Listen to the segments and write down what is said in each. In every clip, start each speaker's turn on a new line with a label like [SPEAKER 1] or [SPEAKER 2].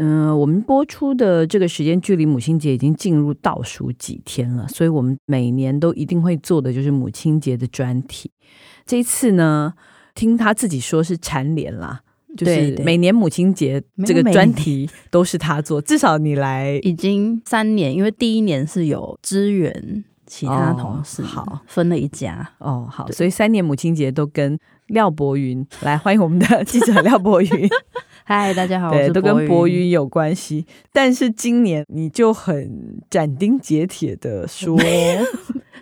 [SPEAKER 1] 嗯、我们播出的这个时间距离母亲节已经进入倒数几天了，所以我们每年都一定会做的就是母亲节的专题。这一次呢，听他自己说是蝉联啦。就
[SPEAKER 2] 对
[SPEAKER 1] 是
[SPEAKER 2] 对
[SPEAKER 1] 每年母亲节
[SPEAKER 2] 没有
[SPEAKER 1] 这个
[SPEAKER 2] 每
[SPEAKER 1] 专题都是他做，至少你来
[SPEAKER 2] 已经三年，因为第一年是有支援其他
[SPEAKER 1] 哦
[SPEAKER 2] 同事，
[SPEAKER 1] 好
[SPEAKER 2] 分了一家。
[SPEAKER 1] 哦，好，
[SPEAKER 2] 对
[SPEAKER 1] 所以三年母亲节都跟廖博云来欢迎我们的记者廖博云，
[SPEAKER 2] 嗨，大家好，我
[SPEAKER 1] 对，
[SPEAKER 2] 是
[SPEAKER 1] 都跟博
[SPEAKER 2] 云。
[SPEAKER 1] 云有关系。但是今年你就很斩钉截铁的说，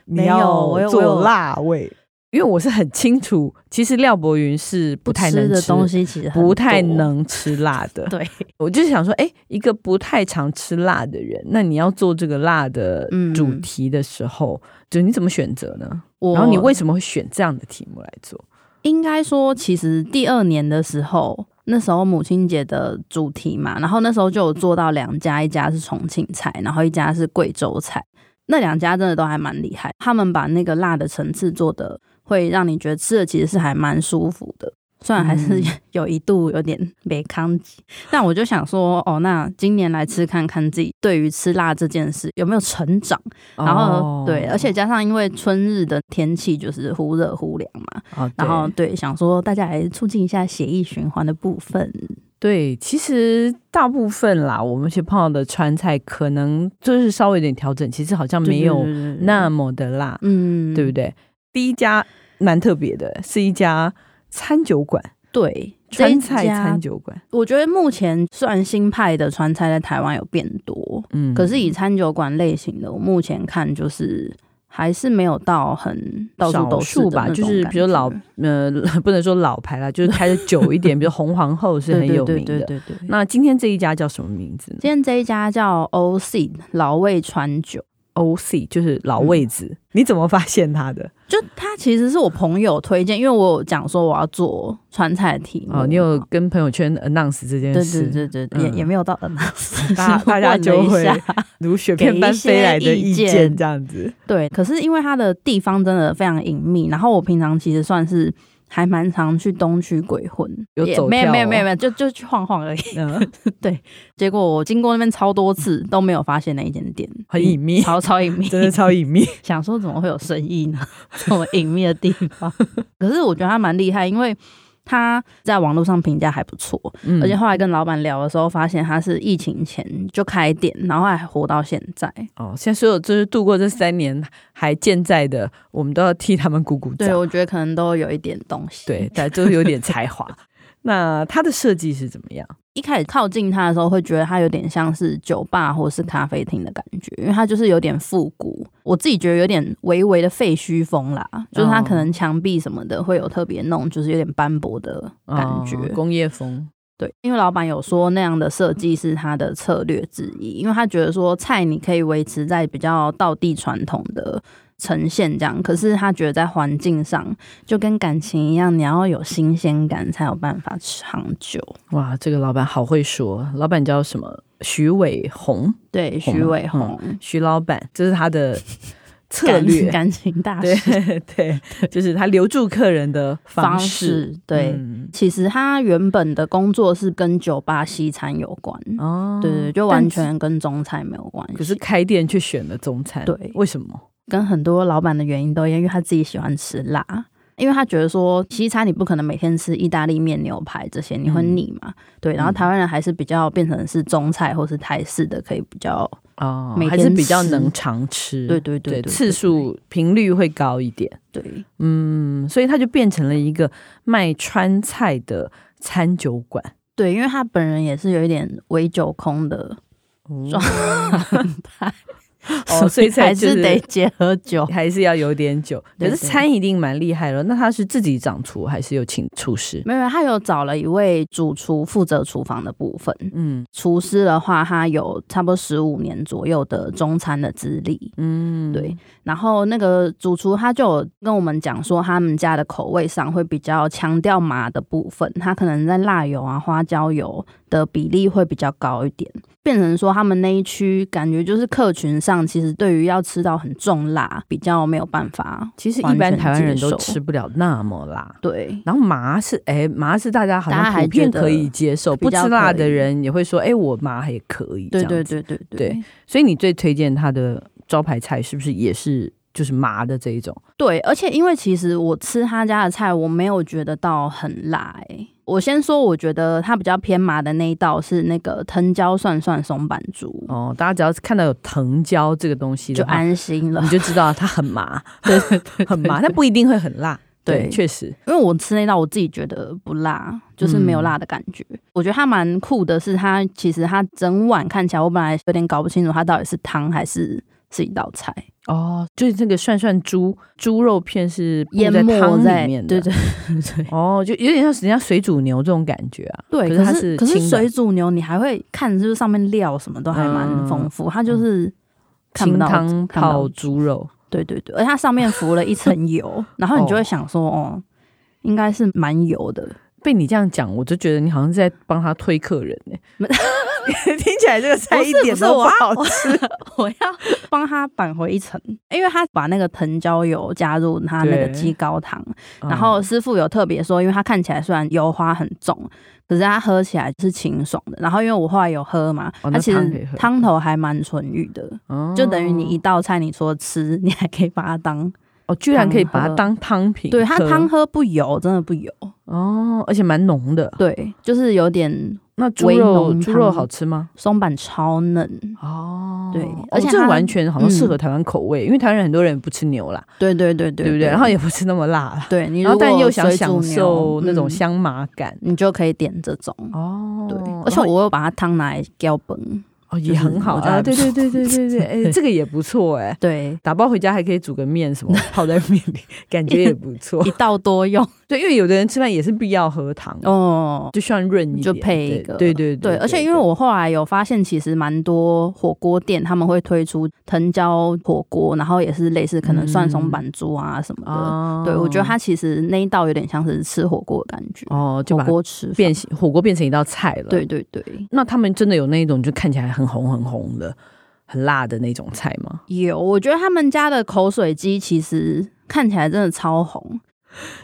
[SPEAKER 1] 你
[SPEAKER 2] 没有我
[SPEAKER 1] 要
[SPEAKER 2] 有我
[SPEAKER 1] 做
[SPEAKER 2] 有
[SPEAKER 1] 辣味，因为我是很清楚，其实廖博云是不太能吃
[SPEAKER 2] 吃的东。西其实很
[SPEAKER 1] 不太
[SPEAKER 2] 多，
[SPEAKER 1] 能吃辣的，
[SPEAKER 2] 对，
[SPEAKER 1] 我就想说，哎、一个不太常吃辣的人，那你要做这个辣的
[SPEAKER 2] 嗯
[SPEAKER 1] 主题的时候，就你怎么选择呢？
[SPEAKER 2] 我
[SPEAKER 1] 然后你为什么会选这样的题目来做？
[SPEAKER 2] 应该说，其实第二年的时候，那时候母亲节的主题嘛，然后那时候就有做到两家，一家是重庆菜，然后一家是贵州菜。那两家真的都还蛮厉害，他们把那个辣的层次做的会让你觉得吃的其实是还蛮舒服的，虽然还是
[SPEAKER 1] 嗯
[SPEAKER 2] 有一度有点没康吉，但我就想说，哦，那今年来吃看看自己对于吃辣这件事有没有成长，然后、
[SPEAKER 1] 哦
[SPEAKER 2] 对，而且加上因为春日的天气就是忽热忽凉嘛，
[SPEAKER 1] 哦
[SPEAKER 2] 然后
[SPEAKER 1] 对
[SPEAKER 2] 对，想说大家来促进一下血液循环的部分。
[SPEAKER 1] 对，其实大部分啦，我们去碰到的川菜可能就是稍微有点调整，其实好像嗯没有那么的辣，
[SPEAKER 2] 嗯，
[SPEAKER 1] 对不对？第一家蛮特别的，是一家餐酒馆，
[SPEAKER 2] 对？这一
[SPEAKER 1] 川菜
[SPEAKER 2] 家
[SPEAKER 1] 餐酒馆。
[SPEAKER 2] 我觉得目前虽然新派的川菜在台湾有变多，
[SPEAKER 1] 嗯
[SPEAKER 2] 可是以餐酒馆类型的，我目前看就是还是没有到很到处
[SPEAKER 1] 少
[SPEAKER 2] 都是
[SPEAKER 1] 数
[SPEAKER 2] 的
[SPEAKER 1] 吧，
[SPEAKER 2] 那
[SPEAKER 1] 就
[SPEAKER 2] 种
[SPEAKER 1] 是
[SPEAKER 2] 感
[SPEAKER 1] 比如
[SPEAKER 2] 觉
[SPEAKER 1] 老呃，不能说老牌啦，就是开的久一点，比如红皇后是
[SPEAKER 2] 对
[SPEAKER 1] 很
[SPEAKER 2] 对
[SPEAKER 1] 有名的。
[SPEAKER 2] 对对对对。
[SPEAKER 1] 那今天这一家叫什么名字呢
[SPEAKER 2] 今天这一家叫 OC 老味川酒，
[SPEAKER 1] ？OC 就是老
[SPEAKER 2] 嗯
[SPEAKER 1] 位子，你怎么发现它的？
[SPEAKER 2] 就它其实是我朋友推荐，因为我有讲说我要做川菜的题目
[SPEAKER 1] 哦，你有跟朋友圈 announce 这件
[SPEAKER 2] 对
[SPEAKER 1] 事？
[SPEAKER 2] 对对对，也
[SPEAKER 1] 嗯
[SPEAKER 2] 也没有到 announce，
[SPEAKER 1] 大大家就会如雪片般飞来的意
[SPEAKER 2] 给一些
[SPEAKER 1] 见
[SPEAKER 2] 意见
[SPEAKER 1] 这样子。
[SPEAKER 2] 对。可是因为它的地方真的非常隐秘，然后我平常其实算是还蛮常去东区鬼混，
[SPEAKER 1] 有
[SPEAKER 2] 也
[SPEAKER 1] 走
[SPEAKER 2] 没有
[SPEAKER 1] 跳
[SPEAKER 2] 没有
[SPEAKER 1] 哦
[SPEAKER 2] 没有没有，就就去晃晃而已。
[SPEAKER 1] 嗯，
[SPEAKER 2] 结果我经过那边超多次都没有发现那一间店，
[SPEAKER 1] 很隐秘
[SPEAKER 2] 超超隐 秘，
[SPEAKER 1] 真的超隐秘。
[SPEAKER 2] 想说怎么会有生意呢？ 这么隐秘的地方， 可是我觉得他蛮厉害，因为他在网络上评价还不错，
[SPEAKER 1] 嗯
[SPEAKER 2] 而且后来跟老板聊的时候，发现他是疫情前就开店，然后还活到现在。
[SPEAKER 1] 哦，现在所有就是度过这三年还健在的，我们都要替他们鼓鼓
[SPEAKER 2] 对，
[SPEAKER 1] 掌。
[SPEAKER 2] 我觉得可能都有一点东西。
[SPEAKER 1] 对，，但就是有点才华。那它的设计是怎么样？
[SPEAKER 2] 一开始靠近它的时候，会觉得它有点像是酒吧或是咖啡厅的感觉，因为它就是有点复古。我自己觉得有点微微的废墟风啦，就是
[SPEAKER 1] 哦
[SPEAKER 2] 它可能墙壁什么的会有特别弄，就是有点斑驳的感觉。
[SPEAKER 1] 哦工业风。
[SPEAKER 2] 对，因为老板有说那样的设计是他的策略之一，因为他觉得说菜你可以维持在比较道地传统的呈现这样，可是他觉得在环境上就跟感情一样，你要有新鲜感才有办法长久。
[SPEAKER 1] 哇，这个老板好会说，啊老板叫什么？徐伟红，
[SPEAKER 2] 对，
[SPEAKER 1] 红
[SPEAKER 2] 徐
[SPEAKER 1] 啊
[SPEAKER 2] 伟
[SPEAKER 1] 嗯
[SPEAKER 2] 宏、
[SPEAKER 1] 徐老板，这是他的策
[SPEAKER 2] 感
[SPEAKER 1] 略。
[SPEAKER 2] 感情大
[SPEAKER 1] 对
[SPEAKER 2] 师
[SPEAKER 1] 对，就是他留住客人的
[SPEAKER 2] 方
[SPEAKER 1] 式。
[SPEAKER 2] 式，对。
[SPEAKER 1] 嗯
[SPEAKER 2] 其实他原本的工作是跟酒吧西餐有关，
[SPEAKER 1] 哦，
[SPEAKER 2] 对对对，就
[SPEAKER 1] 但是
[SPEAKER 2] 完全跟中菜没有关系。
[SPEAKER 1] 可是开店却选了中餐，
[SPEAKER 2] 对
[SPEAKER 1] 为什么？
[SPEAKER 2] 跟很多老板的原因都一样，因为他自己喜欢吃辣，因为他觉得说西餐你不可能每天吃意大利面、牛排这些，你会腻嘛。对，然后
[SPEAKER 1] 嗯
[SPEAKER 2] 台湾人还是比较变成是中菜或是台式的，可以比较
[SPEAKER 1] 哦
[SPEAKER 2] 每
[SPEAKER 1] 还是
[SPEAKER 2] 天
[SPEAKER 1] 比较
[SPEAKER 2] 吃
[SPEAKER 1] 能常吃，
[SPEAKER 2] 对对对对对
[SPEAKER 1] 嗯次数频率会高一点，
[SPEAKER 2] 对
[SPEAKER 1] 嗯，所以它就变成了一个卖川菜的餐酒馆。
[SPEAKER 2] 对，因为他 本人也是有一点微酒空的
[SPEAKER 1] 哦
[SPEAKER 2] 状态，
[SPEAKER 1] 哦，所以才
[SPEAKER 2] 还
[SPEAKER 1] 就是
[SPEAKER 2] 得结合酒。
[SPEAKER 1] 还是要有点久。可
[SPEAKER 2] 对
[SPEAKER 1] 是
[SPEAKER 2] 对
[SPEAKER 1] 餐一定蛮厉害了。那他是自己掌厨，还是有请厨师？
[SPEAKER 2] 没有，他有找了一位主厨负责厨房的部分。
[SPEAKER 1] 嗯
[SPEAKER 2] 厨师的话，他有差不多十五年左右的中餐的资历。
[SPEAKER 1] 嗯，
[SPEAKER 2] 对，然后那个主厨他就有跟我们讲说，他们家的口味上会比较强调麻的部分，他可能在辣油啊、花椒油的比例会比较高一点，变成说他们那一区感觉就是客群上，其实对于要吃到很重辣比较没有办法。
[SPEAKER 1] 其实一
[SPEAKER 2] 完
[SPEAKER 1] 般
[SPEAKER 2] 全
[SPEAKER 1] 台湾人
[SPEAKER 2] 接
[SPEAKER 1] 都
[SPEAKER 2] 受
[SPEAKER 1] 吃不了那么辣。
[SPEAKER 2] 对，
[SPEAKER 1] 然后麻是哎，麻是大家好
[SPEAKER 2] 大家
[SPEAKER 1] 像
[SPEAKER 2] 还
[SPEAKER 1] 普遍
[SPEAKER 2] 觉得
[SPEAKER 1] 可以接受，不
[SPEAKER 2] 比较
[SPEAKER 1] 吃辣
[SPEAKER 2] 可以
[SPEAKER 1] 的人也会说，哎，我麻也可以。这
[SPEAKER 2] 对
[SPEAKER 1] 样
[SPEAKER 2] 对
[SPEAKER 1] 子
[SPEAKER 2] 对对
[SPEAKER 1] 对所以你最推荐他的招牌菜是不是也是就是麻的这一种？
[SPEAKER 2] 对，而且因为其实我吃他家的菜，我没有觉得到很辣、欸。我先说，我觉得它比较偏麻的那一道是那个藤椒蒜蒜松板猪，
[SPEAKER 1] 哦，大家只要看到有藤椒这个东西
[SPEAKER 2] 就
[SPEAKER 1] 的话，
[SPEAKER 2] 安心了
[SPEAKER 1] 你。就知道它很 麻，对，很麻，但不一定会很辣。对，
[SPEAKER 2] 对
[SPEAKER 1] 确实，
[SPEAKER 2] 因为我吃那道我自己觉得不辣，就是
[SPEAKER 1] 嗯
[SPEAKER 2] 没有辣的感觉。我觉得它蛮酷的是，它其实它整碗看起来，我本来有点搞不清楚它到底是汤还是是一道菜，
[SPEAKER 1] 哦，就是这个涮涮猪猪肉片是铺
[SPEAKER 2] 淹
[SPEAKER 1] 在
[SPEAKER 2] 没
[SPEAKER 1] 汤
[SPEAKER 2] 在
[SPEAKER 1] 里面的，
[SPEAKER 2] 对对对
[SPEAKER 1] 哦，就有点像人家水煮牛这种感觉啊。
[SPEAKER 2] 对。
[SPEAKER 1] 可是
[SPEAKER 2] 可
[SPEAKER 1] 它
[SPEAKER 2] 是
[SPEAKER 1] 是
[SPEAKER 2] 可是
[SPEAKER 1] 清的
[SPEAKER 2] 水煮牛，你还会看是不是上面料什么都还
[SPEAKER 1] 嗯
[SPEAKER 2] 蛮丰富，它就是看
[SPEAKER 1] 清
[SPEAKER 2] 不到
[SPEAKER 1] 汤
[SPEAKER 2] 看不到
[SPEAKER 1] 泡猪肉，
[SPEAKER 2] 对对对，而且它上面浮了一层 油，然后你就会想说，哦，应该是蛮油的。
[SPEAKER 1] 被你这样讲，我就觉得你好像是在帮他推客人呢、 听起来这个菜
[SPEAKER 2] 不
[SPEAKER 1] 一
[SPEAKER 2] 是
[SPEAKER 1] 点
[SPEAKER 2] 不是
[SPEAKER 1] 都
[SPEAKER 2] 我要
[SPEAKER 1] 好吃。
[SPEAKER 2] 我要帮他扳回一层，因为他把那个藤椒油加入他那个
[SPEAKER 1] 对
[SPEAKER 2] 鸡高汤，
[SPEAKER 1] 嗯
[SPEAKER 2] 然后师傅有特别说，因为它看起来虽然油花很重，可是它喝起来是清爽的。然后因为我后来有喝嘛，
[SPEAKER 1] 哦那
[SPEAKER 2] 它其
[SPEAKER 1] 汤可以
[SPEAKER 2] 实
[SPEAKER 1] 喝
[SPEAKER 2] 汤头还蛮纯欲的，就等于你一道菜，你除了吃，你还可以把它当
[SPEAKER 1] 哦，居然可以
[SPEAKER 2] 汤
[SPEAKER 1] 把它
[SPEAKER 2] 喝
[SPEAKER 1] 当汤品喝，
[SPEAKER 2] 对它汤喝不油，真的不油，
[SPEAKER 1] 哦，而且蛮浓的。
[SPEAKER 2] 对，就是有点
[SPEAKER 1] 那猪
[SPEAKER 2] 微
[SPEAKER 1] 肉
[SPEAKER 2] 浓
[SPEAKER 1] 猪肉
[SPEAKER 2] 汤
[SPEAKER 1] 好吃吗？
[SPEAKER 2] 松板超嫩，
[SPEAKER 1] 哦
[SPEAKER 2] 对
[SPEAKER 1] 哦
[SPEAKER 2] 而且
[SPEAKER 1] 这
[SPEAKER 2] 它
[SPEAKER 1] 完全好像适
[SPEAKER 2] 嗯
[SPEAKER 1] 合台湾口味，因为台湾人很多人不吃牛啦，
[SPEAKER 2] 对对对对
[SPEAKER 1] 对不对？然后也不吃那么辣啦，
[SPEAKER 2] 对你
[SPEAKER 1] 然后
[SPEAKER 2] 如果
[SPEAKER 1] 但又想
[SPEAKER 2] 水煮
[SPEAKER 1] 享
[SPEAKER 2] 牛
[SPEAKER 1] 受那种
[SPEAKER 2] 嗯
[SPEAKER 1] 香麻感
[SPEAKER 2] 你就可以点这种。
[SPEAKER 1] 哦
[SPEAKER 2] 对，而
[SPEAKER 1] 然
[SPEAKER 2] 且
[SPEAKER 1] 后
[SPEAKER 2] 我又把它汤拿来浇本，
[SPEAKER 1] 哦
[SPEAKER 2] 就
[SPEAKER 1] 也
[SPEAKER 2] 是
[SPEAKER 1] 很好
[SPEAKER 2] 我觉得
[SPEAKER 1] 啊，
[SPEAKER 2] 还不
[SPEAKER 1] 对对对对对 对，哎，这个也不错哎。
[SPEAKER 2] 对，
[SPEAKER 1] 打包回家还可以煮个面 什么，泡在面里，感觉也不错
[SPEAKER 2] 一。道多 用
[SPEAKER 1] 对，因为有的人吃饭也是必要喝汤，
[SPEAKER 2] 哦。
[SPEAKER 1] 就需要润一点，
[SPEAKER 2] 就配
[SPEAKER 1] 对
[SPEAKER 2] 一个
[SPEAKER 1] 对对
[SPEAKER 2] 对，而且因为我后来有发现，其实蛮多火锅店他们会推出藤椒火锅，然后也是类似可能
[SPEAKER 1] 嗯
[SPEAKER 2] 蒜松板猪啊什么的。
[SPEAKER 1] 啊，
[SPEAKER 2] 对，我觉得它其实那一道有点像是吃火锅的感觉，
[SPEAKER 1] 哦，就
[SPEAKER 2] 火
[SPEAKER 1] 把它
[SPEAKER 2] 锅吃法
[SPEAKER 1] 变。形火锅变成一道菜了。
[SPEAKER 2] 对对对，
[SPEAKER 1] 那他们真的有那一种就看起来很红很红的、很辣的那种菜吗？
[SPEAKER 2] 有，我觉得他们家的口水鸡其实看起来真的超红，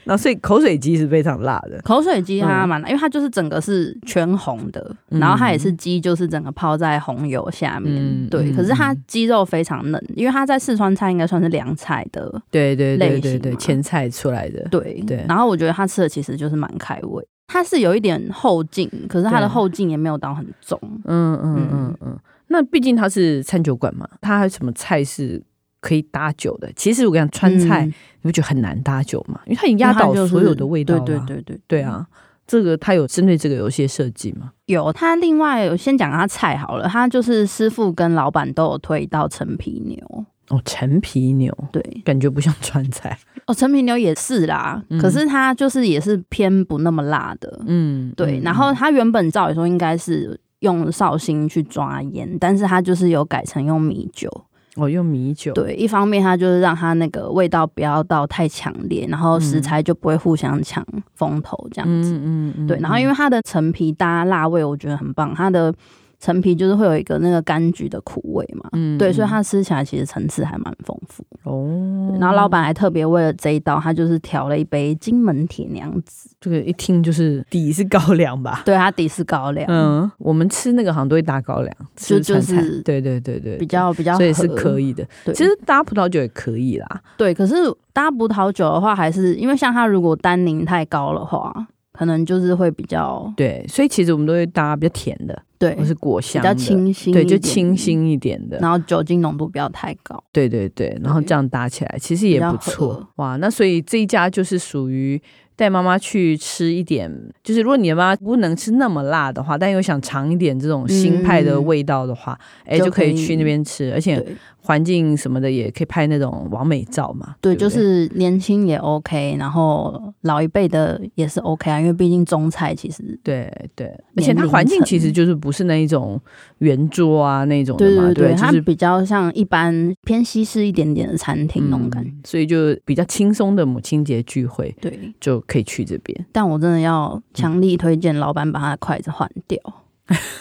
[SPEAKER 1] 那所以口水鸡是非常辣的，
[SPEAKER 2] 口水鸡它
[SPEAKER 1] 嗯
[SPEAKER 2] 蛮辣，因为它就是整个是全红的，
[SPEAKER 1] 嗯
[SPEAKER 2] 然后它也是鸡，就是整个泡在红油下面。
[SPEAKER 1] 嗯
[SPEAKER 2] 对，
[SPEAKER 1] 嗯
[SPEAKER 2] 可是它
[SPEAKER 1] 嗯
[SPEAKER 2] 鸡肉非常嫩，因为它在四川菜应该算是凉菜的。
[SPEAKER 1] 对对对
[SPEAKER 2] 类
[SPEAKER 1] 对
[SPEAKER 2] 型
[SPEAKER 1] 对，
[SPEAKER 2] 吗
[SPEAKER 1] 前菜出来的，
[SPEAKER 2] 对
[SPEAKER 1] 对
[SPEAKER 2] 然后我觉得它吃的其实就是蛮开胃，它是有一点后劲，可是它
[SPEAKER 1] 对
[SPEAKER 2] 的后劲也没有到很重。
[SPEAKER 1] 嗯嗯嗯嗯。那毕竟它是餐酒馆嘛，它还有什么菜是可以搭酒的？其实我跟你讲，川菜、
[SPEAKER 2] 嗯
[SPEAKER 1] 你会觉得很难搭酒嘛，因为它已经
[SPEAKER 2] 因为
[SPEAKER 1] 压
[SPEAKER 2] 它
[SPEAKER 1] 倒
[SPEAKER 2] 就是
[SPEAKER 1] 所有的味道了。
[SPEAKER 2] 对对对对
[SPEAKER 1] 对，啊，这个它有针对这个有一些设计嘛？
[SPEAKER 2] 有它另外有先讲它菜好了，它就是师傅跟老板都有推一道陈皮牛。
[SPEAKER 1] 哦，陈皮牛
[SPEAKER 2] 对，
[SPEAKER 1] 感觉不像川菜，
[SPEAKER 2] 哦，陈皮牛也是啦，
[SPEAKER 1] 嗯
[SPEAKER 2] 可是它就是也是偏不那么辣的，
[SPEAKER 1] 嗯，
[SPEAKER 2] 对。
[SPEAKER 1] 嗯
[SPEAKER 2] 然后它原本照理说应该是用绍兴去抓烟，但是它就是有改成用米酒，
[SPEAKER 1] 哦用米酒，
[SPEAKER 2] 对。一方面它就是让它那个味道不要到太强烈，然后食材就不会互相抢风头这样子，
[SPEAKER 1] 嗯嗯
[SPEAKER 2] 对。然后因为它的陈皮搭辣味，我觉得很棒，它的陈皮就是会有一个那个柑橘的苦味嘛，
[SPEAKER 1] 嗯
[SPEAKER 2] 对，所以它吃起来其实层次还蛮丰富。
[SPEAKER 1] 哦
[SPEAKER 2] 对，然后老板还特别为了这一道，他就是调了一杯金门铁娘子，
[SPEAKER 1] 这个一听就是底是高粱吧？
[SPEAKER 2] 对，它底是高粱，
[SPEAKER 1] 嗯，我们吃那个好像都会搭高粱，吃
[SPEAKER 2] 就
[SPEAKER 1] 川菜
[SPEAKER 2] 就是
[SPEAKER 1] 对对对对，
[SPEAKER 2] 比较比较合，
[SPEAKER 1] 所以是可以的。
[SPEAKER 2] 对，
[SPEAKER 1] 其实搭葡萄酒也可以啦，
[SPEAKER 2] 对，可是搭葡萄酒的话，还是因为像它如果单宁太高的话，可能就是会比较
[SPEAKER 1] 对，所以其实我们都会搭比较甜的，
[SPEAKER 2] 对
[SPEAKER 1] 或是果
[SPEAKER 2] 比
[SPEAKER 1] 香的，
[SPEAKER 2] 较清新一
[SPEAKER 1] 对，
[SPEAKER 2] 点，
[SPEAKER 1] 就清新一点的，
[SPEAKER 2] 然后酒精浓度不要太高，
[SPEAKER 1] 对对对，然后
[SPEAKER 2] 对
[SPEAKER 1] 这样搭起来其实也不
[SPEAKER 2] 比较
[SPEAKER 1] 错
[SPEAKER 2] 合
[SPEAKER 1] 哇。那所以这一家就是属于带妈妈去吃一点，就是如果你的妈妈不能吃那么辣的话，但又想尝一点这种新派的味道的话，哎、
[SPEAKER 2] 嗯就
[SPEAKER 1] 就可以
[SPEAKER 2] 可以
[SPEAKER 1] 去那边吃，而且
[SPEAKER 2] 对，
[SPEAKER 1] 环境什么的，也可以拍那种完美照嘛。
[SPEAKER 2] 对，
[SPEAKER 1] 对，
[SPEAKER 2] 就。是年轻也 OK，然后老一辈的也是 OK 啊，因为毕竟中菜其实
[SPEAKER 1] 对对，而
[SPEAKER 2] 年
[SPEAKER 1] 且它
[SPEAKER 2] 龄
[SPEAKER 1] 环境
[SPEAKER 2] 层
[SPEAKER 1] 其实就是不是那一种圆桌啊那种的
[SPEAKER 2] 对
[SPEAKER 1] 嘛，
[SPEAKER 2] 对对，
[SPEAKER 1] 就
[SPEAKER 2] 它
[SPEAKER 1] 是
[SPEAKER 2] 比较像一般偏西式一点点的餐厅那种感觉。
[SPEAKER 1] 嗯所以就比较轻松的母亲节聚会
[SPEAKER 2] 对，
[SPEAKER 1] 就可以去这边。
[SPEAKER 2] 但我真的要强力推荐老板把他的筷子换 掉，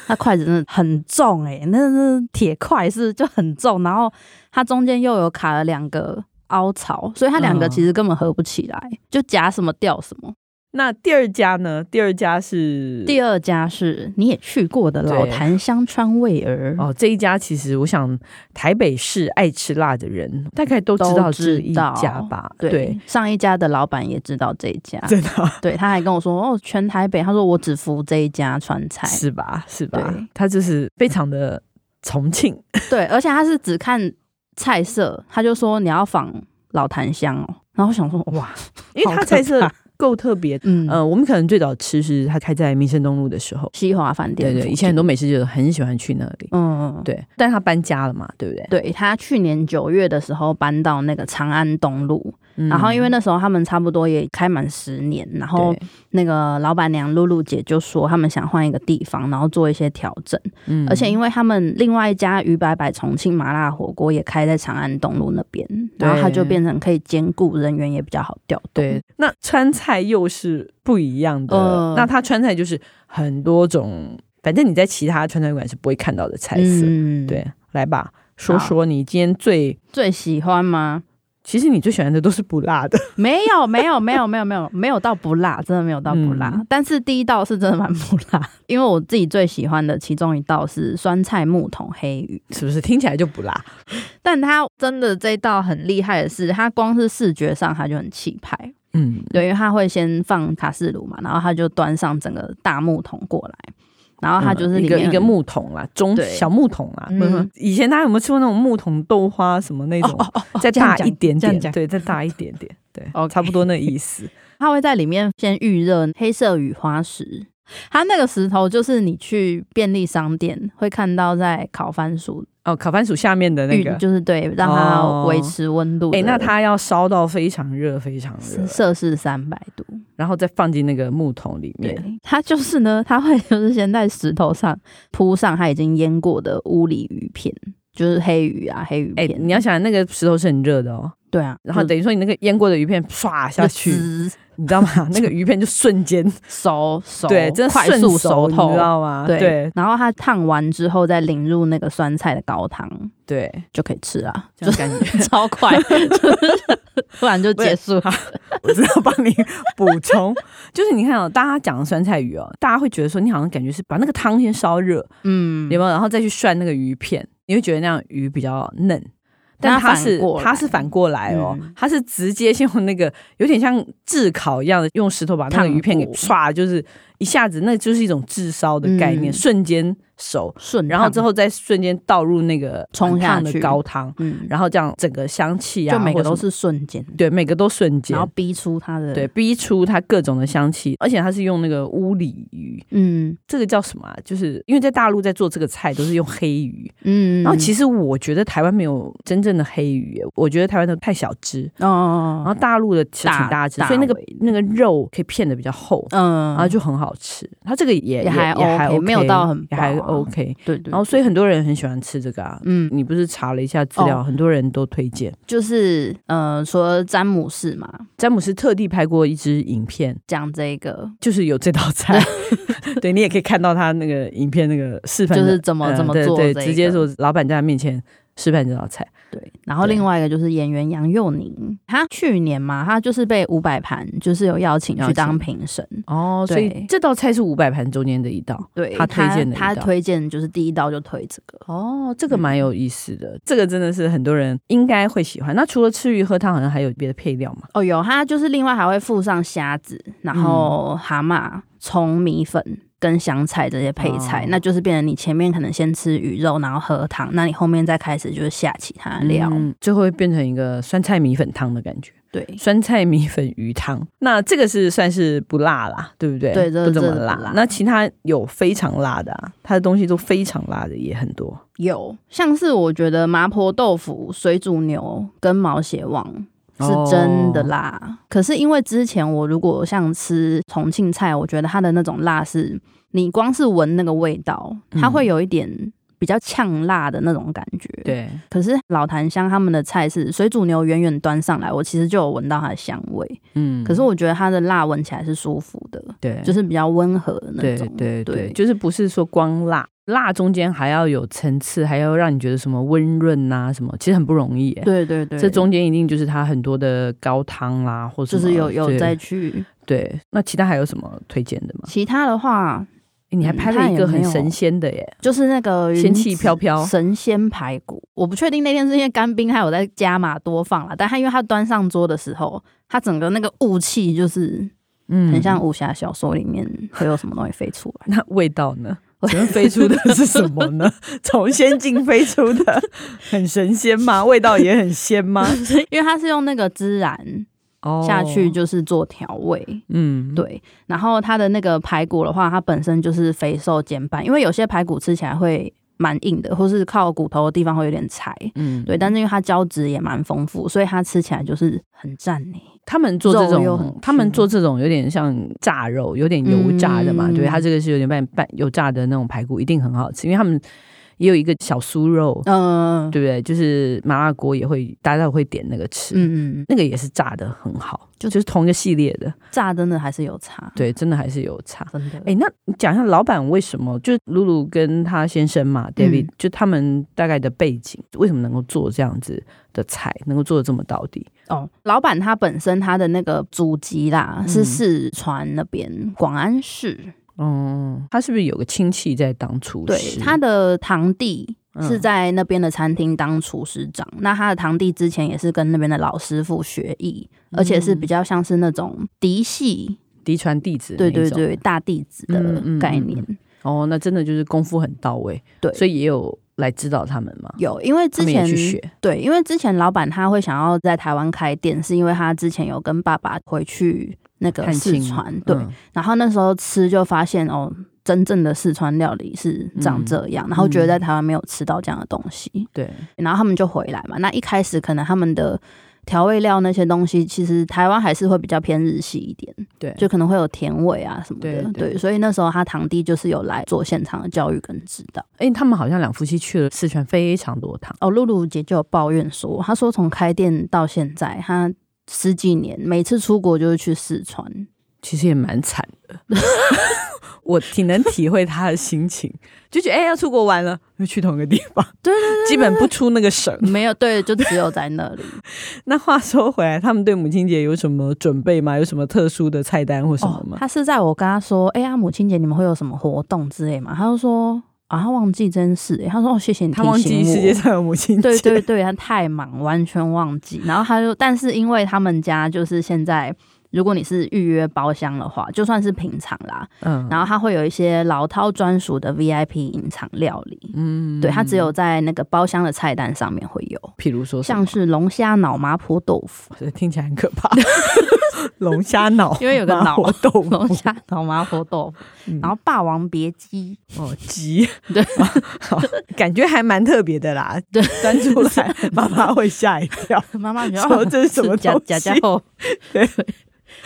[SPEAKER 2] 他筷子真的很重诶、那是铁筷是就很重，然后它中间又有卡了两个凹槽，所以它两个
[SPEAKER 1] 嗯
[SPEAKER 2] 其实根本合不起来，就夹什么掉什么。
[SPEAKER 1] 那第二家呢？第二家是
[SPEAKER 2] 第二家是你也去过的老
[SPEAKER 1] 对
[SPEAKER 2] 坛香川味儿，
[SPEAKER 1] 哦，这一家其实我想台北市爱吃辣的人大概都知
[SPEAKER 2] 都
[SPEAKER 1] 道
[SPEAKER 2] 知
[SPEAKER 1] 这一
[SPEAKER 2] 道
[SPEAKER 1] 家吧？
[SPEAKER 2] 对，上一家的老板也知道这 一家，
[SPEAKER 1] 真的啊
[SPEAKER 2] 对，他还跟我说哦，全台北，他说我只服这一家川菜，
[SPEAKER 1] 是吧？是吧
[SPEAKER 2] 对？
[SPEAKER 1] 他就是非常的重庆，
[SPEAKER 2] 对，而且他是只看菜色，他就说你要仿老檀香哦，然后我想说哇，
[SPEAKER 1] 因为
[SPEAKER 2] 好
[SPEAKER 1] 它
[SPEAKER 2] 可
[SPEAKER 1] 菜色
[SPEAKER 2] 怕
[SPEAKER 1] 够特别。
[SPEAKER 2] 嗯，
[SPEAKER 1] 呃，我们可能最早吃是它开在民生东路的时候，
[SPEAKER 2] 西华饭店
[SPEAKER 1] 对
[SPEAKER 2] 附近，
[SPEAKER 1] 对，以前很多美食就很喜欢去那里。
[SPEAKER 2] 嗯，对。
[SPEAKER 1] 对，但他搬家了嘛，对不对？
[SPEAKER 2] 对他去年九月的时候搬到那个长安东路，
[SPEAKER 1] 嗯
[SPEAKER 2] 然后因为哦那时候他们差不多也开满十年，然后
[SPEAKER 1] 对
[SPEAKER 2] 那个老板娘露露姐就说他们想换一个地方，然后做一些调整。
[SPEAKER 1] 嗯
[SPEAKER 2] 而且因为他们另外一家于白白重庆麻辣火锅也开在长安东路那边，然后它就变成可以兼顾人员也比较好调动。
[SPEAKER 1] 对，嗯那川菜又是不一样的。
[SPEAKER 2] 嗯
[SPEAKER 1] 那它川菜就是很多种，反正你在其他川菜馆是不会看到的菜色。
[SPEAKER 2] 嗯，，
[SPEAKER 1] 对，来吧，说
[SPEAKER 2] 好
[SPEAKER 1] 说你今天最，
[SPEAKER 2] 最喜欢吗？
[SPEAKER 1] 其实你最喜欢的都是不辣的。
[SPEAKER 2] 没有，没有，没有，没有，没有，没有到不辣，真的没有到不辣。
[SPEAKER 1] 嗯
[SPEAKER 2] 但是第一道是真的蛮不辣，因为我自己最喜欢的其中一道是酸菜木桶黑鱼，
[SPEAKER 1] 是不是听起来就不辣？
[SPEAKER 2] 但它真的这一道很厉害的是，它光是视觉上它就很气派。
[SPEAKER 1] 嗯，
[SPEAKER 2] 对，因为他会先放卡式炉嘛，然后他就端上整个大木桶过来，然后他就
[SPEAKER 1] 嗯
[SPEAKER 2] 是里
[SPEAKER 1] 一个
[SPEAKER 2] 面
[SPEAKER 1] 一个
[SPEAKER 2] 很
[SPEAKER 1] 木桶啦，中
[SPEAKER 2] 对
[SPEAKER 1] 小木桶啦。
[SPEAKER 2] 嗯哦
[SPEAKER 1] 以前大家有没有吃过那种木桶豆花什么那种？再
[SPEAKER 2] 这样
[SPEAKER 1] 大
[SPEAKER 2] 讲
[SPEAKER 1] 一点
[SPEAKER 2] 这样
[SPEAKER 1] 点，
[SPEAKER 2] 讲
[SPEAKER 1] 对，再大一点点，对
[SPEAKER 2] OK
[SPEAKER 1] 差不多那意思。
[SPEAKER 2] 他会在里面先预热黑色雨花石。它那个石头就是你去便利商店会看到在烤番薯
[SPEAKER 1] 哦，烤番薯下面的那
[SPEAKER 2] 预、
[SPEAKER 1] 个，
[SPEAKER 2] 就是对让它维持温度的。
[SPEAKER 1] 哎、那它要烧到非常热，非常热
[SPEAKER 2] 是，摄氏三百度，
[SPEAKER 1] 然后再放进那个木桶里
[SPEAKER 2] 对
[SPEAKER 1] 面。，
[SPEAKER 2] 它就是呢，它会就是先在石头上铺上它已经腌过的乌里鱼片，就是黑鱼啊黑鱼
[SPEAKER 1] 哎、
[SPEAKER 2] 片。
[SPEAKER 1] 你要想那个石头是很热的哦，
[SPEAKER 2] 对啊，
[SPEAKER 1] 然后
[SPEAKER 2] 就
[SPEAKER 1] 等于说你那个腌过的鱼片唰下
[SPEAKER 2] 就
[SPEAKER 1] 去，
[SPEAKER 2] 滋
[SPEAKER 1] 你知道 吗？那个鱼片就瞬间
[SPEAKER 2] 熟熟，
[SPEAKER 1] 对，真的
[SPEAKER 2] 快
[SPEAKER 1] 瞬
[SPEAKER 2] 速
[SPEAKER 1] 熟，
[SPEAKER 2] 熟
[SPEAKER 1] 你
[SPEAKER 2] 透
[SPEAKER 1] 知，道吗？
[SPEAKER 2] 对。
[SPEAKER 1] 对
[SPEAKER 2] 然后它烫完之后再淋入那个酸菜的高汤
[SPEAKER 1] 对，
[SPEAKER 2] 就可以吃了，
[SPEAKER 1] 这
[SPEAKER 2] 就
[SPEAKER 1] 样
[SPEAKER 2] 是
[SPEAKER 1] 感觉
[SPEAKER 2] 超快，就是突然就结束。
[SPEAKER 1] 我知道帮你补 充，就是你看哦，大家讲的酸菜鱼哦，大家会觉得说你好像感觉是把那个汤先烧热，
[SPEAKER 2] 嗯
[SPEAKER 1] 有，没有？然后再去涮那个鱼片，你会觉得那样鱼比较嫩。但
[SPEAKER 2] 那
[SPEAKER 1] 它
[SPEAKER 2] 反
[SPEAKER 1] 是
[SPEAKER 2] 过来
[SPEAKER 1] 它是反过来哦，
[SPEAKER 2] 嗯
[SPEAKER 1] 它是直接先用那个有点像炙烤一样的，用石头把那个
[SPEAKER 2] 烫
[SPEAKER 1] 鱼片给
[SPEAKER 2] 过
[SPEAKER 1] 唰，就是一下子，那就是一种炙烧的概念，
[SPEAKER 2] 嗯
[SPEAKER 1] 瞬间熟，
[SPEAKER 2] 顺
[SPEAKER 1] 然后之，后再瞬间倒入那个
[SPEAKER 2] 冲
[SPEAKER 1] 很
[SPEAKER 2] 下
[SPEAKER 1] 烫的
[SPEAKER 2] 去
[SPEAKER 1] 高汤，
[SPEAKER 2] 嗯，
[SPEAKER 1] 然后这样整个香气啊，
[SPEAKER 2] 就每
[SPEAKER 1] 或
[SPEAKER 2] 个
[SPEAKER 1] 什
[SPEAKER 2] 都
[SPEAKER 1] 么
[SPEAKER 2] 是瞬间，
[SPEAKER 1] 对，每个都瞬间
[SPEAKER 2] 然后，嗯逼出它的
[SPEAKER 1] 对，，逼出它各种的香气，而且它是用那个乌里鱼，
[SPEAKER 2] 嗯
[SPEAKER 1] 这个叫什么、啊？就是因为在大陆在做这个菜都是用黑鱼，
[SPEAKER 2] 嗯，
[SPEAKER 1] 然后其
[SPEAKER 2] 实
[SPEAKER 1] 实我觉得台湾没有真正的黑鱼，我觉得台湾的太小只，然
[SPEAKER 2] 哦，
[SPEAKER 1] 后大陆的其实挺大只，
[SPEAKER 2] 大
[SPEAKER 1] 所以那个
[SPEAKER 2] 大尾的
[SPEAKER 1] 那个肉可以片的比较厚，
[SPEAKER 2] 嗯，
[SPEAKER 1] 然后就很好吃。它这个也
[SPEAKER 2] 也还
[SPEAKER 1] 也还
[SPEAKER 2] OK，
[SPEAKER 1] OK，
[SPEAKER 2] 没有到很
[SPEAKER 1] 也还
[SPEAKER 2] 饱啊
[SPEAKER 1] OK。
[SPEAKER 2] 对对，
[SPEAKER 1] 然后所以很多人很喜欢吃这个啊。
[SPEAKER 2] 嗯，
[SPEAKER 1] 你不是查了一下资料，
[SPEAKER 2] 哦
[SPEAKER 1] 很多人都推荐。
[SPEAKER 2] 就是呃，除了詹姆士嘛，
[SPEAKER 1] 詹姆斯特地拍过一支影片，
[SPEAKER 2] 讲这个
[SPEAKER 1] 就是有这道 菜，对你也可以看到他那个影片那个示范的，
[SPEAKER 2] 就是怎么
[SPEAKER 1] 呃
[SPEAKER 2] 怎么
[SPEAKER 1] 对
[SPEAKER 2] 做
[SPEAKER 1] 对，
[SPEAKER 2] 这
[SPEAKER 1] 直接
[SPEAKER 2] 个
[SPEAKER 1] 说老板在他面前示范这道菜。
[SPEAKER 2] 对，然后
[SPEAKER 1] 对
[SPEAKER 2] 另外一个就是演员杨佑宁，他去年嘛，他就是被五百盘就是有邀请
[SPEAKER 1] 邀请
[SPEAKER 2] 去当评审，
[SPEAKER 1] 哦，所以
[SPEAKER 2] 对
[SPEAKER 1] 这道菜是五百盘中间的一道。
[SPEAKER 2] 对
[SPEAKER 1] 他推荐的一
[SPEAKER 2] 他
[SPEAKER 1] 道
[SPEAKER 2] 推荐就是第一道就推这个，
[SPEAKER 1] 哦，这个蛮有意思的，这个真的是很多人应该会喜欢。那除了吃鱼喝汤，好像还有别的配料嘛？嗯
[SPEAKER 2] 哦有，他就是另外还会附上虾子，然后蛤蟆、葱、米粉，跟香菜这些配菜，
[SPEAKER 1] 哦
[SPEAKER 2] 那就是变成你前面可能先吃鱼肉，然后喝汤，那你后面再开始就是下其他料。
[SPEAKER 1] 嗯最后会变成一个酸菜米粉汤的感觉，
[SPEAKER 2] 对
[SPEAKER 1] 酸菜米粉鱼汤。那这个是算是不辣啦，对不对？
[SPEAKER 2] 对这
[SPEAKER 1] 不怎么
[SPEAKER 2] 这是不
[SPEAKER 1] 辣。
[SPEAKER 2] 辣
[SPEAKER 1] 那其他有非常辣的、啊，它的东西都非常辣的也很多。
[SPEAKER 2] 有像是我觉得麻婆豆腐、水煮牛跟毛血旺。是
[SPEAKER 1] 哦
[SPEAKER 2] 真的辣可是因为之前我如果像吃重庆菜，我觉得它的那种辣是，你光是闻那个味道，它
[SPEAKER 1] 嗯
[SPEAKER 2] 会有一点比较呛辣的那种感觉。
[SPEAKER 1] 对，
[SPEAKER 2] 可是老坛香他们的菜是水煮牛远远端上来，我其实就有闻到它的香味。
[SPEAKER 1] 嗯
[SPEAKER 2] 可是我觉得它的辣闻起来是舒服的，
[SPEAKER 1] 对，
[SPEAKER 2] 就是比较温和的那
[SPEAKER 1] 对
[SPEAKER 2] 种。
[SPEAKER 1] 对对，就是不是说光辣，辣中间还要有层次，还要让你觉得什么温润呐什么，其实很不容易耶。
[SPEAKER 2] 对对对，
[SPEAKER 1] 这中间一定就是它很多的高汤啦，或什
[SPEAKER 2] 就
[SPEAKER 1] 么
[SPEAKER 2] 是有有
[SPEAKER 1] 对
[SPEAKER 2] 再去。
[SPEAKER 1] 对。那其他还有什么推荐的吗？
[SPEAKER 2] 其他的话，
[SPEAKER 1] 诶你还
[SPEAKER 2] 嗯
[SPEAKER 1] 拍
[SPEAKER 2] 它
[SPEAKER 1] 了一
[SPEAKER 2] 也
[SPEAKER 1] 个
[SPEAKER 2] 没
[SPEAKER 1] 很
[SPEAKER 2] 有
[SPEAKER 1] 神仙的耶，
[SPEAKER 2] 就是那个
[SPEAKER 1] 仙
[SPEAKER 2] 云
[SPEAKER 1] 气
[SPEAKER 2] 子
[SPEAKER 1] 飘飘
[SPEAKER 2] 神仙排骨，我不确定那天是因为干冰还有在加码多放了，但它因为它端上桌的时候，它整个那个雾气就是
[SPEAKER 1] 嗯
[SPEAKER 2] 很像武侠小说里面会有什么东西飞出 来。
[SPEAKER 1] 那味道 呢？请问飞出的是什么呢？ 从仙境飞出的，很神仙吗？味道也很鲜吗？
[SPEAKER 2] 因为它是用那个孜然
[SPEAKER 1] 哦
[SPEAKER 2] 下去就是做调味。
[SPEAKER 1] 嗯，
[SPEAKER 2] 对，然后它的那个排骨的话，它本身就是肥瘦兼半，因为有些排骨吃起来会蛮硬的，或是靠骨头的地方会有点柴。
[SPEAKER 1] 嗯，
[SPEAKER 2] 对，但是因为它胶质也蛮丰富，所以它吃起来就是很赞呢。
[SPEAKER 1] 他们做这
[SPEAKER 2] 肉又很
[SPEAKER 1] 种，他们
[SPEAKER 2] Q
[SPEAKER 1] 做这种有点像炸肉，有点油炸的嘛，
[SPEAKER 2] 嗯
[SPEAKER 1] 对，它这个是有点半半油炸的那种排骨，一定很好吃，因为他们也有一个小酥肉，
[SPEAKER 2] 嗯、
[SPEAKER 1] 对不对？就是麻辣锅也会，大家会点那个吃，
[SPEAKER 2] 嗯嗯，
[SPEAKER 1] 那个也是炸的很好，
[SPEAKER 2] 就嗯
[SPEAKER 1] 就是同一个系列的，
[SPEAKER 2] 炸真的还是有差，
[SPEAKER 1] 对，真的还是有差。
[SPEAKER 2] 真的。
[SPEAKER 1] 哎，那你讲一下老板为什么就是露露跟她先生嘛，David，、就
[SPEAKER 2] 嗯
[SPEAKER 1] 他们大概的背景，为什么能够做这样子的菜，能够做的这么到底？
[SPEAKER 2] 哦，老板他本身他的那个祖籍啦是
[SPEAKER 1] 嗯
[SPEAKER 2] 四川那边广安市，
[SPEAKER 1] 嗯，他是不是有个亲戚在当厨
[SPEAKER 2] 对
[SPEAKER 1] 师？，
[SPEAKER 2] 他的堂弟是
[SPEAKER 1] 嗯
[SPEAKER 2] 在那边的餐厅当厨师长。那他的堂弟之前也是跟那边的老师傅学艺，
[SPEAKER 1] 嗯
[SPEAKER 2] 而且是比较像是那种嫡系，
[SPEAKER 1] 嫡传弟子那
[SPEAKER 2] 对
[SPEAKER 1] 一种，
[SPEAKER 2] 对对，大弟子
[SPEAKER 1] 嗯
[SPEAKER 2] 的
[SPEAKER 1] 嗯嗯
[SPEAKER 2] 概念。
[SPEAKER 1] 哦，那真的就是功夫很到位，
[SPEAKER 2] 对
[SPEAKER 1] 所以也有来指导他们嘛，
[SPEAKER 2] 有，因为之
[SPEAKER 1] 他们也
[SPEAKER 2] 前
[SPEAKER 1] 去学，
[SPEAKER 2] 对，因为之前老板他会想要在台湾开店，是因为他之前有跟爸爸回去那个
[SPEAKER 1] 看
[SPEAKER 2] 四
[SPEAKER 1] 清
[SPEAKER 2] 川，对，
[SPEAKER 1] 嗯
[SPEAKER 2] 然后那时候吃就发现哦。真正的四川料理是长这样，然后觉得在台湾没有吃到这样的东西，
[SPEAKER 1] 对，
[SPEAKER 2] 然后他们就回来嘛。那一开始可能他们的调味料那些东西，其实台湾还是会比较偏日系一点，
[SPEAKER 1] 对，
[SPEAKER 2] 就可能会有甜味啊什么的。
[SPEAKER 1] 对对
[SPEAKER 2] 所以那时候他堂弟就是有来做现场的教育跟指导。
[SPEAKER 1] 哎、他们好像两夫妻去了四川非常多趟，
[SPEAKER 2] 哦，露露姐就有抱怨说，她说从开店到现在，她十几年每次出国就是去四川。
[SPEAKER 1] 其实也蛮惨的， 我挺能体会他的心情，就觉得哎、要出国玩了，又去同一个地方，
[SPEAKER 2] 对
[SPEAKER 1] 对对基本不出那个省。
[SPEAKER 2] 没有对，就只有在那里。
[SPEAKER 1] 那话说回来，他们对母亲节有什么准备吗？有什么特殊的菜单或什么
[SPEAKER 2] 哦，
[SPEAKER 1] 吗？
[SPEAKER 2] 他是在我跟他说，哎、呀，母亲节你们会有什么活动之类嘛？他就说啊，他忘记真是、欸，他说哦，谢谢你
[SPEAKER 1] 他忘
[SPEAKER 2] 提醒
[SPEAKER 1] 记
[SPEAKER 2] 我
[SPEAKER 1] 世界上有母亲节，
[SPEAKER 2] 对对对，他太忙，完全忘记。然后他就，但是因为他们家就是现在，如果你是预约包厢的话，就算是平常啦，
[SPEAKER 1] 嗯
[SPEAKER 2] 然后他会有一些老饕专属的 VIP 隐藏料理，
[SPEAKER 1] 嗯
[SPEAKER 2] 对，它只有在那个包厢的菜单上面会有，
[SPEAKER 1] 譬如说什么
[SPEAKER 2] 像是龙虾脑麻婆豆腐，
[SPEAKER 1] 这听起来很可怕。龙虾 脑，
[SPEAKER 2] 因为有个脑
[SPEAKER 1] 麻婆豆腐
[SPEAKER 2] 龙虾脑麻婆豆腐，
[SPEAKER 1] 嗯
[SPEAKER 2] 然后霸王别姬，
[SPEAKER 1] 哦鸡，
[SPEAKER 2] 对
[SPEAKER 1] 好感觉还蛮特别的啦。
[SPEAKER 2] 对，
[SPEAKER 1] 端出来妈妈会吓一 跳。
[SPEAKER 2] 妈妈觉得
[SPEAKER 1] 说
[SPEAKER 2] 哦
[SPEAKER 1] 这是什么
[SPEAKER 2] 假
[SPEAKER 1] 东
[SPEAKER 2] 假假
[SPEAKER 1] 西
[SPEAKER 2] 货。
[SPEAKER 1] 对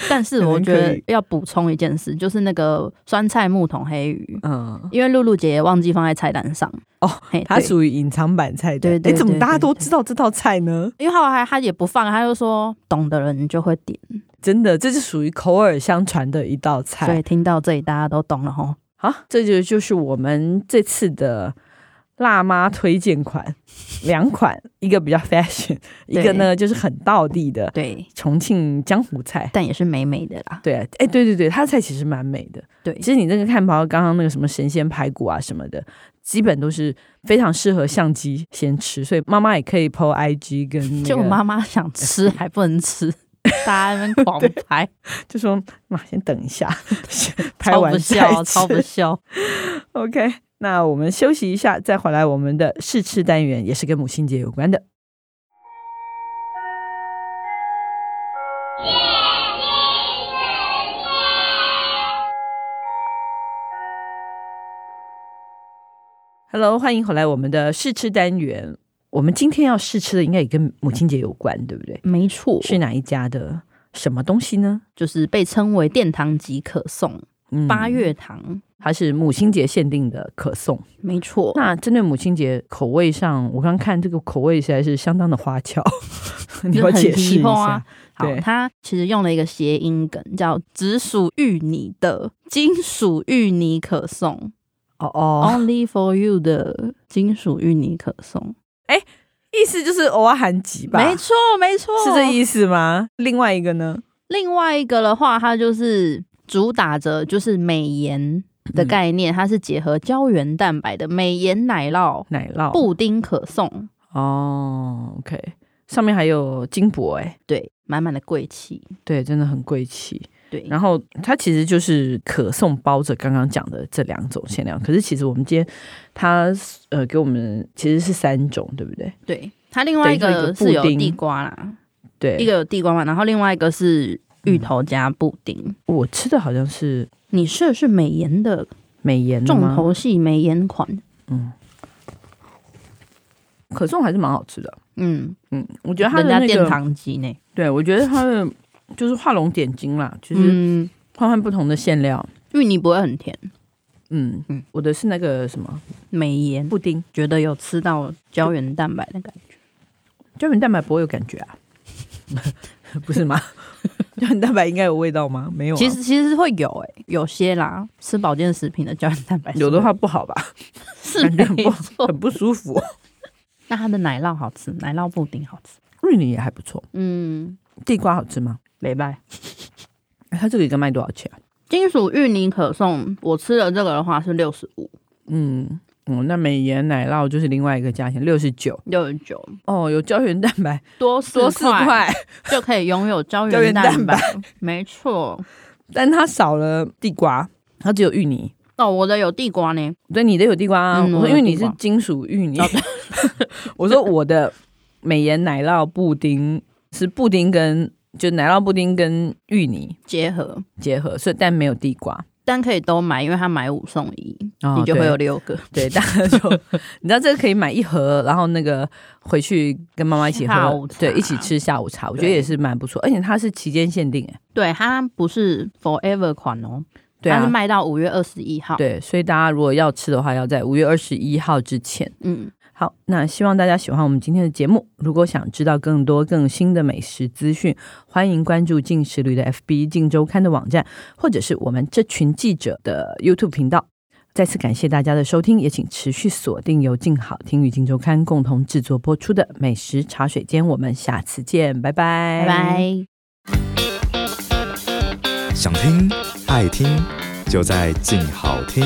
[SPEAKER 2] 但是
[SPEAKER 1] 可
[SPEAKER 2] 我
[SPEAKER 1] 能
[SPEAKER 2] 觉
[SPEAKER 1] 可
[SPEAKER 2] 得
[SPEAKER 1] 以
[SPEAKER 2] 要补充一件事，就是那个酸菜木桶黑鱼，
[SPEAKER 1] 嗯，
[SPEAKER 2] 因为露露姐也忘记放在菜单上
[SPEAKER 1] 哦
[SPEAKER 2] 嘿
[SPEAKER 1] 它
[SPEAKER 2] 对
[SPEAKER 1] 属于隐藏版菜单。
[SPEAKER 2] 对对
[SPEAKER 1] 诶怎么
[SPEAKER 2] 对
[SPEAKER 1] 大家
[SPEAKER 2] 对
[SPEAKER 1] 都
[SPEAKER 2] 对
[SPEAKER 1] 知道这道菜呢？
[SPEAKER 2] 因为她还她也不放，她就说懂的人就会点，
[SPEAKER 1] 真的，这是属于口耳相传的一道
[SPEAKER 2] 所
[SPEAKER 1] 菜
[SPEAKER 2] 以。听到这里大家都懂了吼。
[SPEAKER 1] 好，这就就是我们这次的辣妈推荐款，两款，一个比较 fashion，一个
[SPEAKER 2] 对
[SPEAKER 1] 呢就是很道地的
[SPEAKER 2] 对，
[SPEAKER 1] 重庆江湖菜。
[SPEAKER 2] 但也是美美的啦。
[SPEAKER 1] 对，哎、对对对，它的菜其实蛮美的。
[SPEAKER 2] 对
[SPEAKER 1] 其实你这个看，包括刚刚那个什么神仙排骨啊什么的，基本都是非常适合相机先吃，所以妈妈也可以 PO IG 跟、那个、
[SPEAKER 2] 就我妈妈想吃还不能吃， 大家在那边狂拍，
[SPEAKER 1] 就说妈，先等一下， 拍
[SPEAKER 2] 超
[SPEAKER 1] 完
[SPEAKER 2] 不
[SPEAKER 1] 再
[SPEAKER 2] 孝，
[SPEAKER 1] 吃
[SPEAKER 2] 超。不孝。
[SPEAKER 1] OK，那我们休息一下，再回来我们的试吃单元，也是跟母亲节有关的。Hello，欢迎回来我们的试吃单元。我们今天要试吃的应该也跟母亲节有关，对不对？
[SPEAKER 2] 没 错，
[SPEAKER 1] 是哪一家的什么东西呢？
[SPEAKER 2] 就是被称为殿堂级可颂
[SPEAKER 1] 嗯
[SPEAKER 2] 八月堂，
[SPEAKER 1] 它是母亲节限定的可颂。
[SPEAKER 2] 没错。
[SPEAKER 1] 那针对母亲节口味上，我刚看这个口味实在是相当的花俏， 你要
[SPEAKER 2] 就很
[SPEAKER 1] 解释一
[SPEAKER 2] 奇葩
[SPEAKER 1] 下
[SPEAKER 2] 啊。好
[SPEAKER 1] 对，
[SPEAKER 2] 它其实用了一个谐音梗，叫“只属于你的金属芋泥可颂、
[SPEAKER 1] 哦哦，
[SPEAKER 2] o n l y for you” 的金属芋泥可颂。
[SPEAKER 1] 意思就是偶尔含吉吧？
[SPEAKER 2] 没错，没错，
[SPEAKER 1] 是这意思吗？另外一个呢？
[SPEAKER 2] 另外一个的话，它就是主打着就是美颜
[SPEAKER 1] 嗯
[SPEAKER 2] 的概念，它是结合胶原蛋白的美颜奶酪
[SPEAKER 1] 奶酪
[SPEAKER 2] 布丁可颂，
[SPEAKER 1] 哦，OK，上面还有金箔哎、
[SPEAKER 2] 对，满满的贵气，
[SPEAKER 1] 对，真的很贵气。
[SPEAKER 2] 对，
[SPEAKER 1] 然后它其实就是可颂包着刚刚讲的这两种馅料，可是其实我们今天它呃给我们其实是三种，对不对？
[SPEAKER 2] 对。它另外一
[SPEAKER 1] 等于说
[SPEAKER 2] 个
[SPEAKER 1] 一
[SPEAKER 2] 是
[SPEAKER 1] 个
[SPEAKER 2] 有
[SPEAKER 1] 布丁
[SPEAKER 2] 地瓜啦，
[SPEAKER 1] 对，
[SPEAKER 2] 一个有地瓜嘛，然后另外一个是芋头加布丁。
[SPEAKER 1] 我吃的好像是
[SPEAKER 2] 你吃的是美颜的
[SPEAKER 1] 美颜的
[SPEAKER 2] 重
[SPEAKER 1] 吗
[SPEAKER 2] 头戏美颜款，
[SPEAKER 1] 可颂还是蛮好吃的。
[SPEAKER 2] 嗯，
[SPEAKER 1] 嗯，我觉得它
[SPEAKER 2] 人
[SPEAKER 1] 的
[SPEAKER 2] 家
[SPEAKER 1] 那
[SPEAKER 2] 殿
[SPEAKER 1] 个，
[SPEAKER 2] 堂级呢，
[SPEAKER 1] 对我觉得它的就是画龙点睛啦，就是
[SPEAKER 2] 嗯，
[SPEAKER 1] 换换不同的馅料。
[SPEAKER 2] 芋泥不会很甜，
[SPEAKER 1] 嗯嗯
[SPEAKER 2] 嗯，
[SPEAKER 1] 我的是那个什么
[SPEAKER 2] 美颜
[SPEAKER 1] 布丁，
[SPEAKER 2] 觉得有吃到胶原蛋白的感觉，
[SPEAKER 1] 胶原蛋白不会有感觉啊， 不是吗？ 胶原蛋白应该有味道吗？没有啊、
[SPEAKER 2] 其实其实会有诶、有些啦，吃保健食品的胶原蛋白是
[SPEAKER 1] 有的话不好吧，
[SPEAKER 2] 是
[SPEAKER 1] 感觉很
[SPEAKER 2] 没
[SPEAKER 1] 不
[SPEAKER 2] 错，
[SPEAKER 1] 很不舒服。
[SPEAKER 2] 那它的奶酪好吃，奶酪布丁好吃，
[SPEAKER 1] 瑞尼也还不错，
[SPEAKER 2] 嗯，
[SPEAKER 1] 地瓜好吃吗？
[SPEAKER 2] 没败。
[SPEAKER 1] 哎它这个一个卖多少钱啊？
[SPEAKER 2] 金属芋泥可颂，我吃了这个的话是六十五
[SPEAKER 1] 嗯。哦，那美颜奶酪就是另外一个价钱，六十九
[SPEAKER 2] 六十九，
[SPEAKER 1] 哦，有胶原蛋白，
[SPEAKER 2] 多
[SPEAKER 1] 多四
[SPEAKER 2] 四块
[SPEAKER 1] 块，
[SPEAKER 2] 就可以拥有胶
[SPEAKER 1] 胶原
[SPEAKER 2] 原
[SPEAKER 1] 蛋
[SPEAKER 2] 蛋
[SPEAKER 1] 白
[SPEAKER 2] 白，没错。
[SPEAKER 1] 但它少了地瓜，它只有芋泥。
[SPEAKER 2] 哦，我的有地瓜呢，
[SPEAKER 1] 对，你的有地瓜、啊，
[SPEAKER 2] 嗯
[SPEAKER 1] 我
[SPEAKER 2] 我
[SPEAKER 1] 说因
[SPEAKER 2] 有
[SPEAKER 1] 为你
[SPEAKER 2] 地
[SPEAKER 1] 是
[SPEAKER 2] 瓜哦
[SPEAKER 1] 金属芋泥， 我说我的美颜奶酪布丁是布丁跟就奶酪布丁跟芋泥
[SPEAKER 2] 结合，
[SPEAKER 1] 结合，所以但没有地瓜，
[SPEAKER 2] 但可以都买，因为他买五送一，
[SPEAKER 1] 哦
[SPEAKER 2] 你就会有六个。
[SPEAKER 1] 对， 大家就你知道这个可以买一盒，然后那个回去跟妈妈一起
[SPEAKER 2] 下
[SPEAKER 1] 喝
[SPEAKER 2] 午，茶
[SPEAKER 1] 对，一起吃下午茶，我觉得
[SPEAKER 2] 对
[SPEAKER 1] 也是蛮不错，而且它是期间限定，哎，
[SPEAKER 2] 对，它不是 forever 款哦，
[SPEAKER 1] 对
[SPEAKER 2] 它是
[SPEAKER 1] 啊。
[SPEAKER 2] 卖到五月二十一号。，
[SPEAKER 1] 对，所以大家如果要吃的话，要在五月二十一号之前。
[SPEAKER 2] 嗯，
[SPEAKER 1] 好，那希望大家喜欢我们今天的节目。如果想知道更多更新的美食资讯，欢迎关注进食旅的 FB 进周刊的网站，或者是我们这群记者的 YouTube 频道。再次感谢大家的收听，也请持续锁定由静好听与静周刊共同制作播出的美食茶水间。我们下次见，拜拜，
[SPEAKER 2] 拜拜。
[SPEAKER 3] 想听爱听，就在静好听。